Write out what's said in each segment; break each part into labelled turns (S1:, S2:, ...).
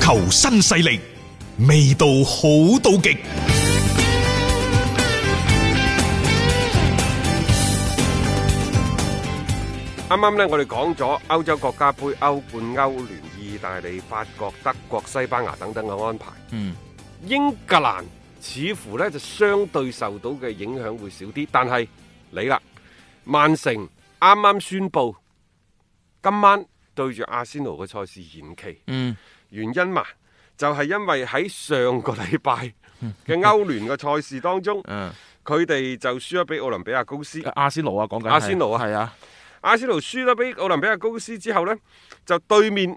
S1: 球新勢力，味道好到極。
S2: 啱啱呢，我哋講咗歐洲國家杯、歐冠、歐聯、意大利、法國、德國、西班牙等等嘅安排。
S3: 嗯，
S2: 英格蘭似乎呢就相對受到嘅影響會少啲，但係你啦，曼城啱啱宣布今晚對住阿仙奴嘅賽事延期。
S3: 嗯，
S2: 原因嘛，就係、因為喺上個禮拜嘅歐聯嘅賽事當中，
S3: 嗯，
S2: 佢哋就輸咗俾奧林比亞高斯。
S3: 阿仙奴啊，講緊係
S2: 阿仙奴啊
S3: 係啊，
S2: 阿仙奴輸咗俾奧林比亞高斯之後呢，就對面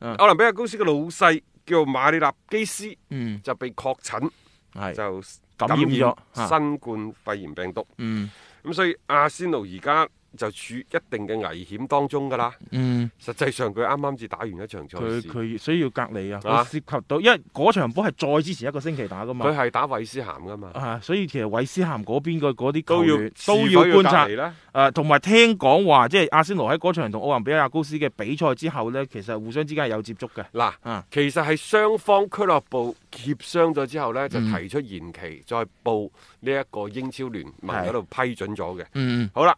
S3: 嗯
S2: 奧林比亞高斯嘅老細叫馬里納基斯
S3: 嗯，
S2: 就被確診，
S3: 係，
S2: 就
S3: 感染咗啊
S2: 新冠肺炎病毒。
S3: 嗯，
S2: 咁所以阿仙奴而家就處一定嘅危險當中㗎啦。
S3: 嗯。
S2: 實際上佢啱啱至打完一場賽
S3: 佢
S2: 事，
S3: 佢需要隔離啊！
S2: 啊
S3: 佢涉及到，因為嗰場波係再之前一個星期打噶嘛
S2: 佢，係打韋斯咸㗎嘛，
S3: 啊，所以其實韋斯咸嗰邊嘅嗰啲球
S2: 都要
S3: 員
S2: 是否
S3: 都要觀察
S2: 隔離，啦。
S3: 誒，同埋聽講話，即係阿仙奴喺嗰場同奧林比亞高斯嘅比賽之後呢，其實互相之間係有接觸嘅，
S2: 嗱，
S3: 啊，
S2: 其實係雙方俱樂部協商咗之後呢，就
S3: 嗯
S2: 提出延期，再報呢一個英超聯盟
S3: 係
S2: 嗰度批准咗嘅。
S3: 嗯，
S2: 好啦，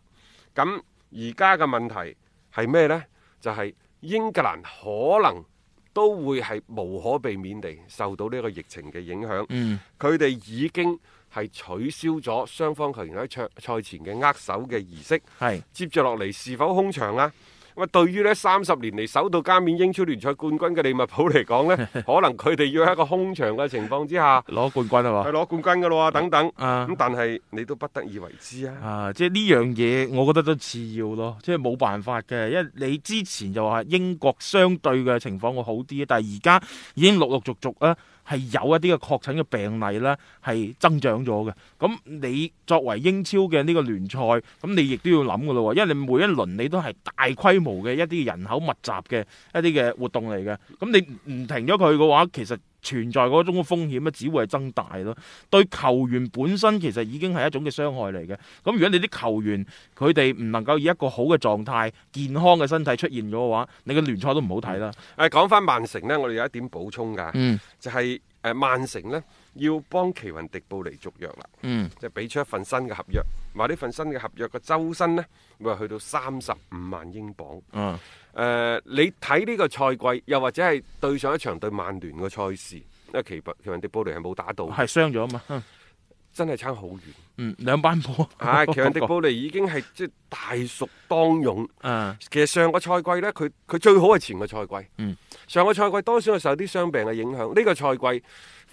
S2: 咁而家嘅問題係咩呢？就係、英格蘭可能都會係無可避免地受到呢個疫情嘅影響。
S3: 嗯，
S2: 佢哋已經係取消咗雙方球員喺賽賽前嘅握手嘅儀式。
S3: 係，
S2: 接住落嚟是否空場啊？咁啊，對於呢三十年嚟首度加冕英超聯賽冠軍嘅利物浦嚟講呢可能佢哋要喺一個空場嘅情況之下
S3: 攞冠軍啊
S2: 去
S3: 嘛，
S2: 攞冠軍噶咯喎，等等。
S3: 啊
S2: 咁但係你都不得已為之啊。
S3: 啊，即係呢樣嘢，我覺得都次要咯，即係冇辦法嘅，因為你之前就話英國相對嘅情況會好啲，但係而家已經陸陸續續咧係有一啲嘅確診嘅病例咧係增長咗嘅。咁你作為英超嘅呢個聯賽，咁你亦都要諗噶咯喎，因為你每一輪你都係大規模嘅一啲人口密集嘅一啲嘅活動嚟嘅，咁你唔停咗佢嘅話，其實存在嗰種嘅風險咧，只會係增大咯。對球員本身其實已經係一種嘅傷害嚟嘅。咁如果你啲球員佢哋唔能夠以一個好嘅狀態、健康嘅身體出現咗嘅話，你嘅聯賽都唔好睇啦。
S2: 誒講翻曼城呢，我哋有一點補充㗎，
S3: 嗯
S2: 就係、誒曼城呢，要幫奇雲迪布尼續約啦，
S3: 嗯
S2: 即係俾出一份新嘅合約，話呢份新嘅合約嘅周薪呢，會係去到三十五萬英鎊。
S3: 嗯
S2: 誒、呃你睇呢個賽季，又或者係對上一場對曼聯嘅賽事，因為奇博奇雲迪布尼係冇打到，
S3: 係傷咗啊嘛。
S2: 真係差好 遠。
S3: 嗯，兩班波。
S2: 啊，奇雲 迪布尼已經係即係大熟當勇。
S3: 嗯
S2: 其實上個賽季呢，佢佢最好係前個賽季。
S3: 嗯
S2: 上個賽季當然係受啲傷病嘅影響，呢、個賽季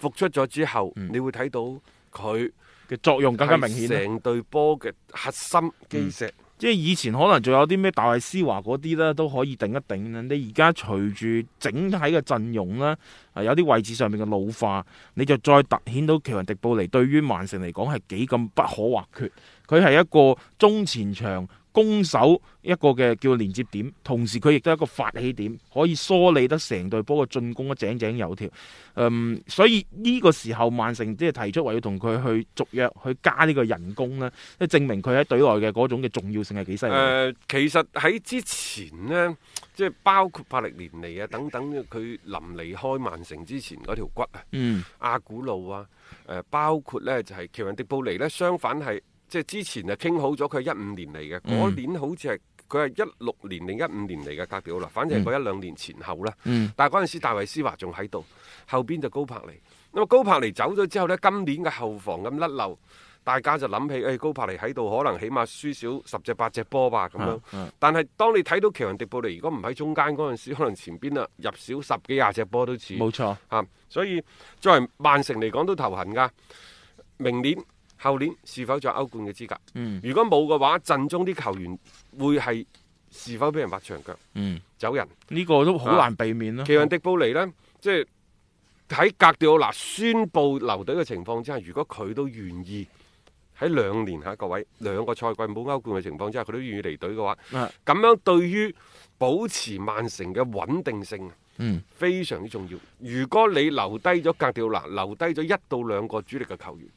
S2: 復出咗之後，你會睇到佢
S3: 嘅作嗯用更加明顯啊
S2: 係
S3: 啦。
S2: 成隊波嘅核心基石。
S3: 即係以前可能仲有啲咩大衛斯華嗰啲咧，都可以頂一頂啦。你而家隨住整體嘅陣容啦，啊有啲位置上面嘅老化，你就再突顯到奇雲迪布尼對於曼城嚟講係幾咁不可或缺。佢係一個中前場攻守一個嘅叫連接點，同時佢亦都係一個發起點，可以梳理得成隊波嘅進攻得井井有條。嗯，所以呢個時候曼城即係提出話要同佢去續約，去加呢個人工咧，即係證明佢喺隊內嘅嗰種嘅重要性係幾犀
S2: 誒、
S3: 利。
S2: 其實喺之前呢，即係包括帕力連尼啊等等，佢臨離開曼城之前嗰條骨啊，
S3: 嗯
S2: 阿古路啊，誒、包括呢就係、奇雲迪布尼呢，相反係即係之前啊傾好咗佢係一五年嚟嘅，嗰、
S3: 嗯
S2: 年好似係佢係一六年定一五年嚟嘅格調啦，反正係嗰一兩年前後啦。
S3: 嗯
S2: 但係嗰陣時大衛斯華仲喺度，後邊就高柏尼。咁啊，高柏尼走咗之後呢，今年嘅後防咁甩漏，大家就諗起誒、哎高柏尼喺度，可能起碼輸少十隻八隻波吧咁啊樣。
S3: 嗯
S2: 但係當你睇到奇雲迪布尼，如果唔喺中間嗰陣時，可能前邊啊入少十幾廿隻波都似
S3: 冇錯，
S2: 啊，所以作為曼城嚟講都頭痕㗎。明年、後年是否仲有歐冠嘅資格？
S3: 嗯
S2: 如果冇嘅話，陣中啲球員會係是否俾人挖長腳
S3: 嗯，
S2: 走人？
S3: 呢、個都
S2: 啊
S3: 啊好難避免咯。
S2: 奇雲迪布尼呢，即係喺格迪奧拿宣布留隊嘅情況之下，如果佢都願意喺兩年嚇各位兩個賽季冇歐冠嘅情況之下，佢都願意離隊嘅話，
S3: 啊
S2: 咁樣對於保持曼城嘅穩定性
S3: 嗯
S2: 非常之重要。如果你留低咗格迪奧拿，留低咗一到兩個主力嘅球員，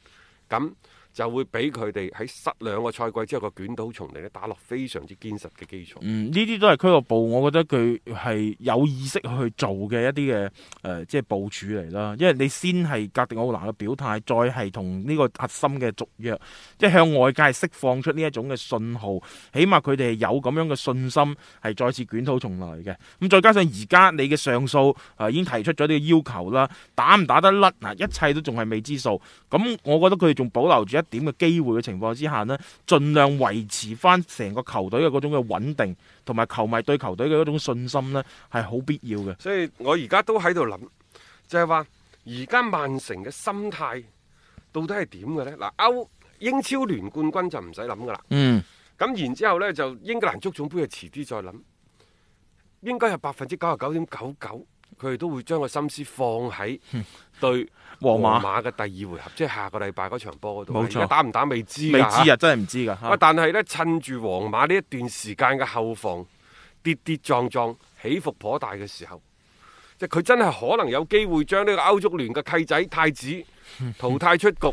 S2: 咁就會俾佢哋喺失兩個賽季之後嘅捲土重嚟咧，打落非常之堅實嘅基礎。
S3: 嗯，呢啲都係俱樂部，我覺得佢係有意識去做嘅一啲嘅誒，即係部署嚟啦。因為你先係格迪奧拿嘅表態，再係同呢個核心嘅續約，即係向外界釋放出呢一種嘅信號。起碼佢哋係有咁樣嘅信心，係再次捲土重來嘅。咁再加上而家你嘅上訴誒、呃已經提出咗呢個要求啦，打唔打得甩嗱，一切都仲係未知數。咁我覺得佢哋仲保留住一點嘅機會嘅情況之下呢，盡量維持翻成個球隊嘅嗰種嘅穩定，同埋球迷對球隊嘅嗰種信心呢，係好必要嘅。
S2: 所以我而家都喺度諗，就係話而家曼城嘅心態到底係點嘅呢？嗱，歐英超聯冠軍就唔使諗噶啦，
S3: 嗯，
S2: 咁然之後呢，就英格蘭足總杯就遲啲再諗，應該係百分之九十九點九九，佢哋都會將個心思放喺對
S3: 皇馬
S2: 馬嘅第二回合，即係下個禮拜嗰場波嗰度。啊
S3: 冇
S2: 而
S3: 錯
S2: 家打唔打未知㗎
S3: 未
S2: 嚇
S3: 知啊，真係唔知㗎。
S2: 喂，但係呢，趁住皇馬呢一段時間嘅後防跌跌撞撞、起伏頗大嘅時候，即係佢真係可能有機會將呢個歐足聯嘅契仔太子 淘汰出局。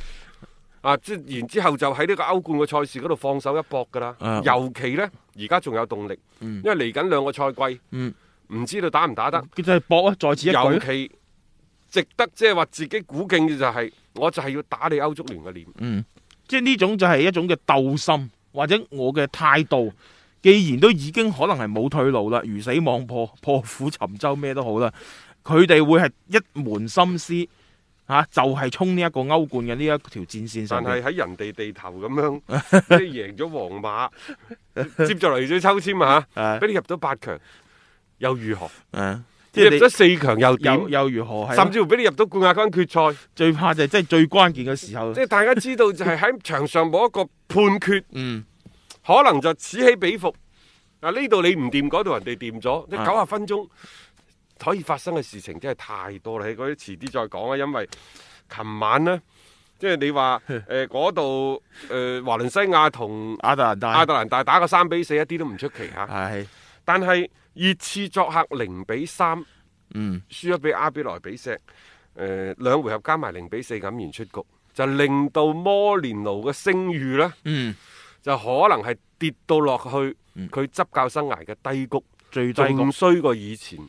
S2: 啊！即係然之後就喺呢個歐冠嘅賽事嗰度放手一搏㗎啦。
S3: 啊
S2: 尤其呢，而家仲有動力，因為嚟緊兩個賽季，唔、
S3: 嗯
S2: 知道打唔打得。
S3: 佢就係搏啊，再此一
S2: 尤
S3: 舉。
S2: 其值得即係話自己鼓勁嘅就係、我就係要打你歐足聯嘅臉。
S3: 嗯，即係呢種就係一種嘅鬥心，或者我嘅態度。既然都已經可能係冇退路啦，魚死網破、 破釜沉舟咩都好啦，佢哋會係一門心思嚇、啊就係衝呢一個歐冠嘅呢一條戰線上
S2: 但
S3: 面。
S2: 係喺人哋地頭咁樣， 即係贏咗皇馬， 接住嚟咗抽籤啊
S3: 係
S2: 嚇，俾你入咗八強又如何？
S3: 誒，即
S2: 入咗
S3: 係
S2: 四強又
S3: 你又
S2: 點？
S3: 又如何係
S2: 甚
S3: 咯？
S2: 至乎俾你入到冠亞軍決賽，
S3: 最怕就係即係最關鍵嘅時候
S2: 即。係大家知道就係喺場上冇一個判決，
S3: 嗯，
S2: 可能就此起彼伏。啊呢度你唔掂，嗰度人哋掂咗，即
S3: 係
S2: 九十分鐘可以發生嘅事情真係太多啦。嗰啲遲啲再講啊，因為琴晚呢，即係你話誒嗰度誒華倫西亞同。
S3: 亞特
S2: 亞
S3: 蘭大
S2: 特蘭大打個三比四一啲都唔出奇嚇，
S3: 係
S2: 但係熱刺作客零比三
S3: 嗯
S2: 輸咗俾阿比萊比錫，誒、呃兩回合加埋零比四咁然出局，就令到摩連奴嘅聲譽呢，
S3: 嗯
S2: 就可能係跌到落去佢執教生涯嘅低谷，
S3: 最低
S2: 仲
S3: 谷
S2: 衰過以前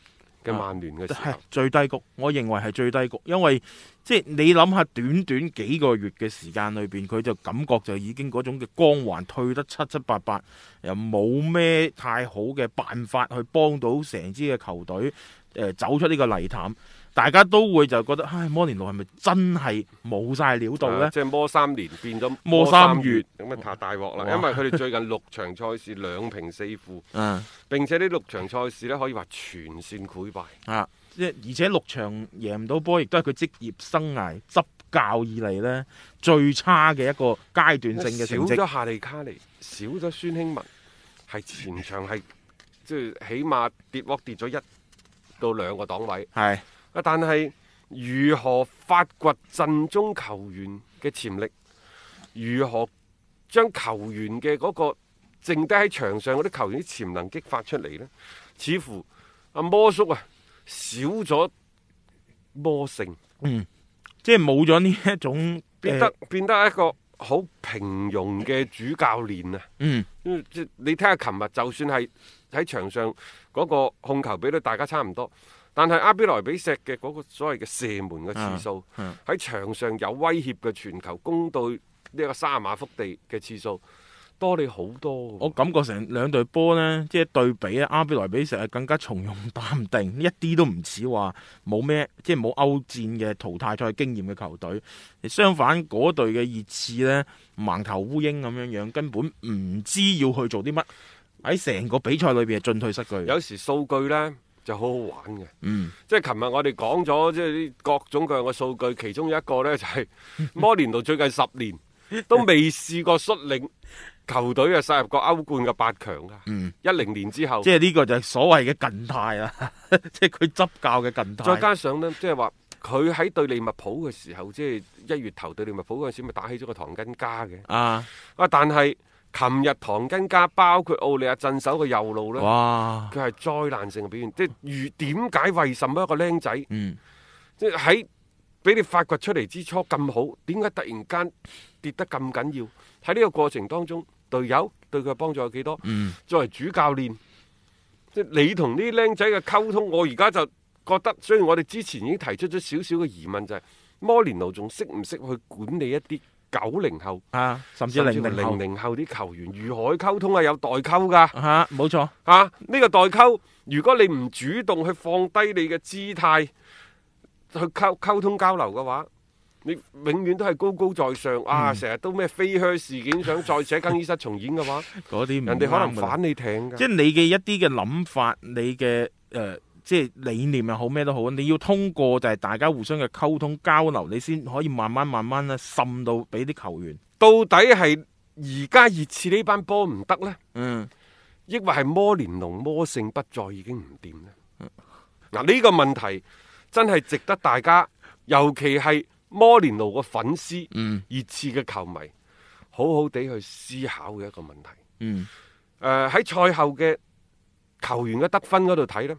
S2: 嘅曼聯嘅時
S3: 啊係
S2: 候。
S3: 最低谷，我認為係最低谷，因為即係你諗下短短幾個月嘅時間裏邊，佢就感覺就已經嗰種嘅光環退得七七八八，又冇咩太好嘅辦法去幫到成支嘅球隊誒、呃走出呢個泥潭，大家都會就覺得唉，摩連奴係咪真係冇晒料到呢
S2: 啊？即係摩三年變咗
S3: 摩三月
S2: 咁啊，太大鑊
S3: 哇
S2: 啦！因為佢哋最近六場賽事兩平四負，
S3: 嗯
S2: 並且呢六場賽事呢，可以話全線潰敗。
S3: 啊，即係而且六場贏唔到波，亦都係佢職業生涯執教以嚟呢最差嘅一個階段性嘅成績
S2: 少。咗夏利卡尼，少咗孫興文，係前場係即係起碼跌窩跌咗一到兩個檔位。
S3: 係。
S2: 啊，但係如何發掘陣中球員嘅潛力，如何將球員嘅嗰個剩低喺場上嗰啲球員啲潛能激發出嚟呢？似乎阿摩叔啊少咗魔性，
S3: 即係冇咗呢一種
S2: 變
S3: 呃
S2: 得變得一個好平庸嘅主教練啊！
S3: 嗯
S2: 因為即係你睇下琴日，就算係喺場上嗰個控球比率大家差唔多，但係阿比萊比錫嘅嗰個所謂嘅射門嘅次數，喺、
S3: 嗯
S2: 場上有威脅嘅傳球攻到呢一個沙馬福地嘅次數多你好多
S3: 我
S2: 喎。
S3: 感覺成兩隊波呢，即係對比咧，阿比萊比錫係更加從容淡定，一啲都唔似話冇咩，即係冇歐戰嘅淘汰賽經驗嘅球隊。相反，嗰隊嘅熱刺呢，盲頭烏蠅咁樣樣，根本唔知要去做啲乜，喺成個比賽裏邊係進退失據。
S2: 有時數據呢就好好玩嘅，
S3: 嗯
S2: 即係琴日我哋講咗即係啲各種各樣嘅數據，其中有一個呢就 係、摩連奴最近十年都未試過率領球隊啊殺入過歐冠嘅八強㗎。
S3: 嗯，
S2: 一零年之後。
S3: 即係呢個就係所謂嘅近態啦， 即係佢執教嘅近
S2: 再
S3: 態。
S2: 加上呢，即係話佢喺對利物浦嘅時候，即係一月頭對利物浦嗰陣時，咪打起咗個唐根加嘅。
S3: 啊，
S2: 啊，但係琴日唐根加包括奧利亞鎮守嘅右路呢，
S3: 哇，
S2: 佢係災難性嘅表現。即係如點解為什麼一個僆仔
S3: 嗯
S2: 即係喺俾你發掘出嚟之初咁好，點解突然間跌得咁緊要？喺呢個過程當中，隊友對佢幫助有幾多？
S3: 嗯
S2: 作為主教練，即係你同呢啲僆仔嘅溝通，我而家就覺得，雖然我哋之前已經提出咗少少嘅疑問，就係、摩連奴仲識唔識去管理一啲九零後
S3: 啊，甚至
S2: 甚至乎
S3: 零零後
S2: 零零後啲球員如何去溝通啊？有代溝㗎。
S3: 吓，冇錯，
S2: 啊！呢、個代溝，如果你唔主動去放低你嘅姿態去溝溝通交流嘅話，你永遠都係高高在上
S3: 嗯
S2: 啊！成日、都咩飛靴事件想再寫更衣室重演嘅話，
S3: 嗰 啲唔
S2: 人哋可能
S3: 啱㗎啦
S2: 反你艇㗎。
S3: 即係你嘅一啲嘅諗法，你嘅誒、呃即係理念又好咩都好，你要通過就係大家互相嘅溝通交流，你先可以慢慢慢慢咧滲到俾啲球員。
S2: 到底係而家熱刺呢班波唔得呢？
S3: 嗯，
S2: 抑或係摩連奴魔性不再已經唔掂呢？
S3: 嗯
S2: 嗱，呢個問題真係值得大家，尤其係摩連奴嘅粉絲、
S3: 嗯
S2: 熱刺嘅球迷，好好地去思考嘅一個問題。
S3: 嗯，
S2: 誒喺賽後嘅球員嘅得分嗰度睇呢，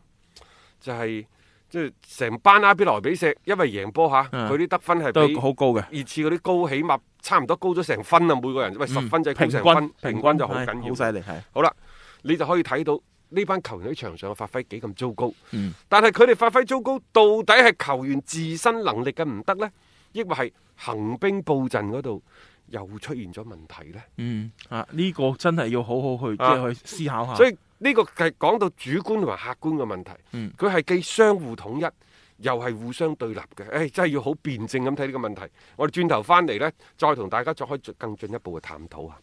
S2: 就係即係成班阿比萊比錫，因為贏波嚇，
S3: 嗯
S2: 佢啲得分係
S3: 都
S2: 比
S3: 好高嘅，
S2: 熱刺嗰啲高，起碼差唔多高咗成分啊！每個人喂十
S3: 嗯
S2: 分就係高
S3: 平
S2: 成分
S3: 均，
S2: 平均就好
S3: 係
S2: 緊要
S3: 好。犀利係。
S2: 好啦，你就可以睇到呢班球員喺場上嘅發揮幾咁糟糕。
S3: 嗯
S2: 但係佢哋發揮糟糕，到底係球員自身能力嘅唔得呢？抑或係行兵布陣嗰度又出現咗問題呢？
S3: 嗯啊，呢、個真係要好好去即
S2: 啊
S3: 係去思考下。
S2: 所以呢個係講到主觀同埋客觀嘅問題
S3: 嗯，
S2: 佢係、既相互統一，又係互相對立嘅。誒、真係要好辯證咁睇呢個問題。我哋轉頭翻嚟呢，再同大家作開更進一步嘅探討啊！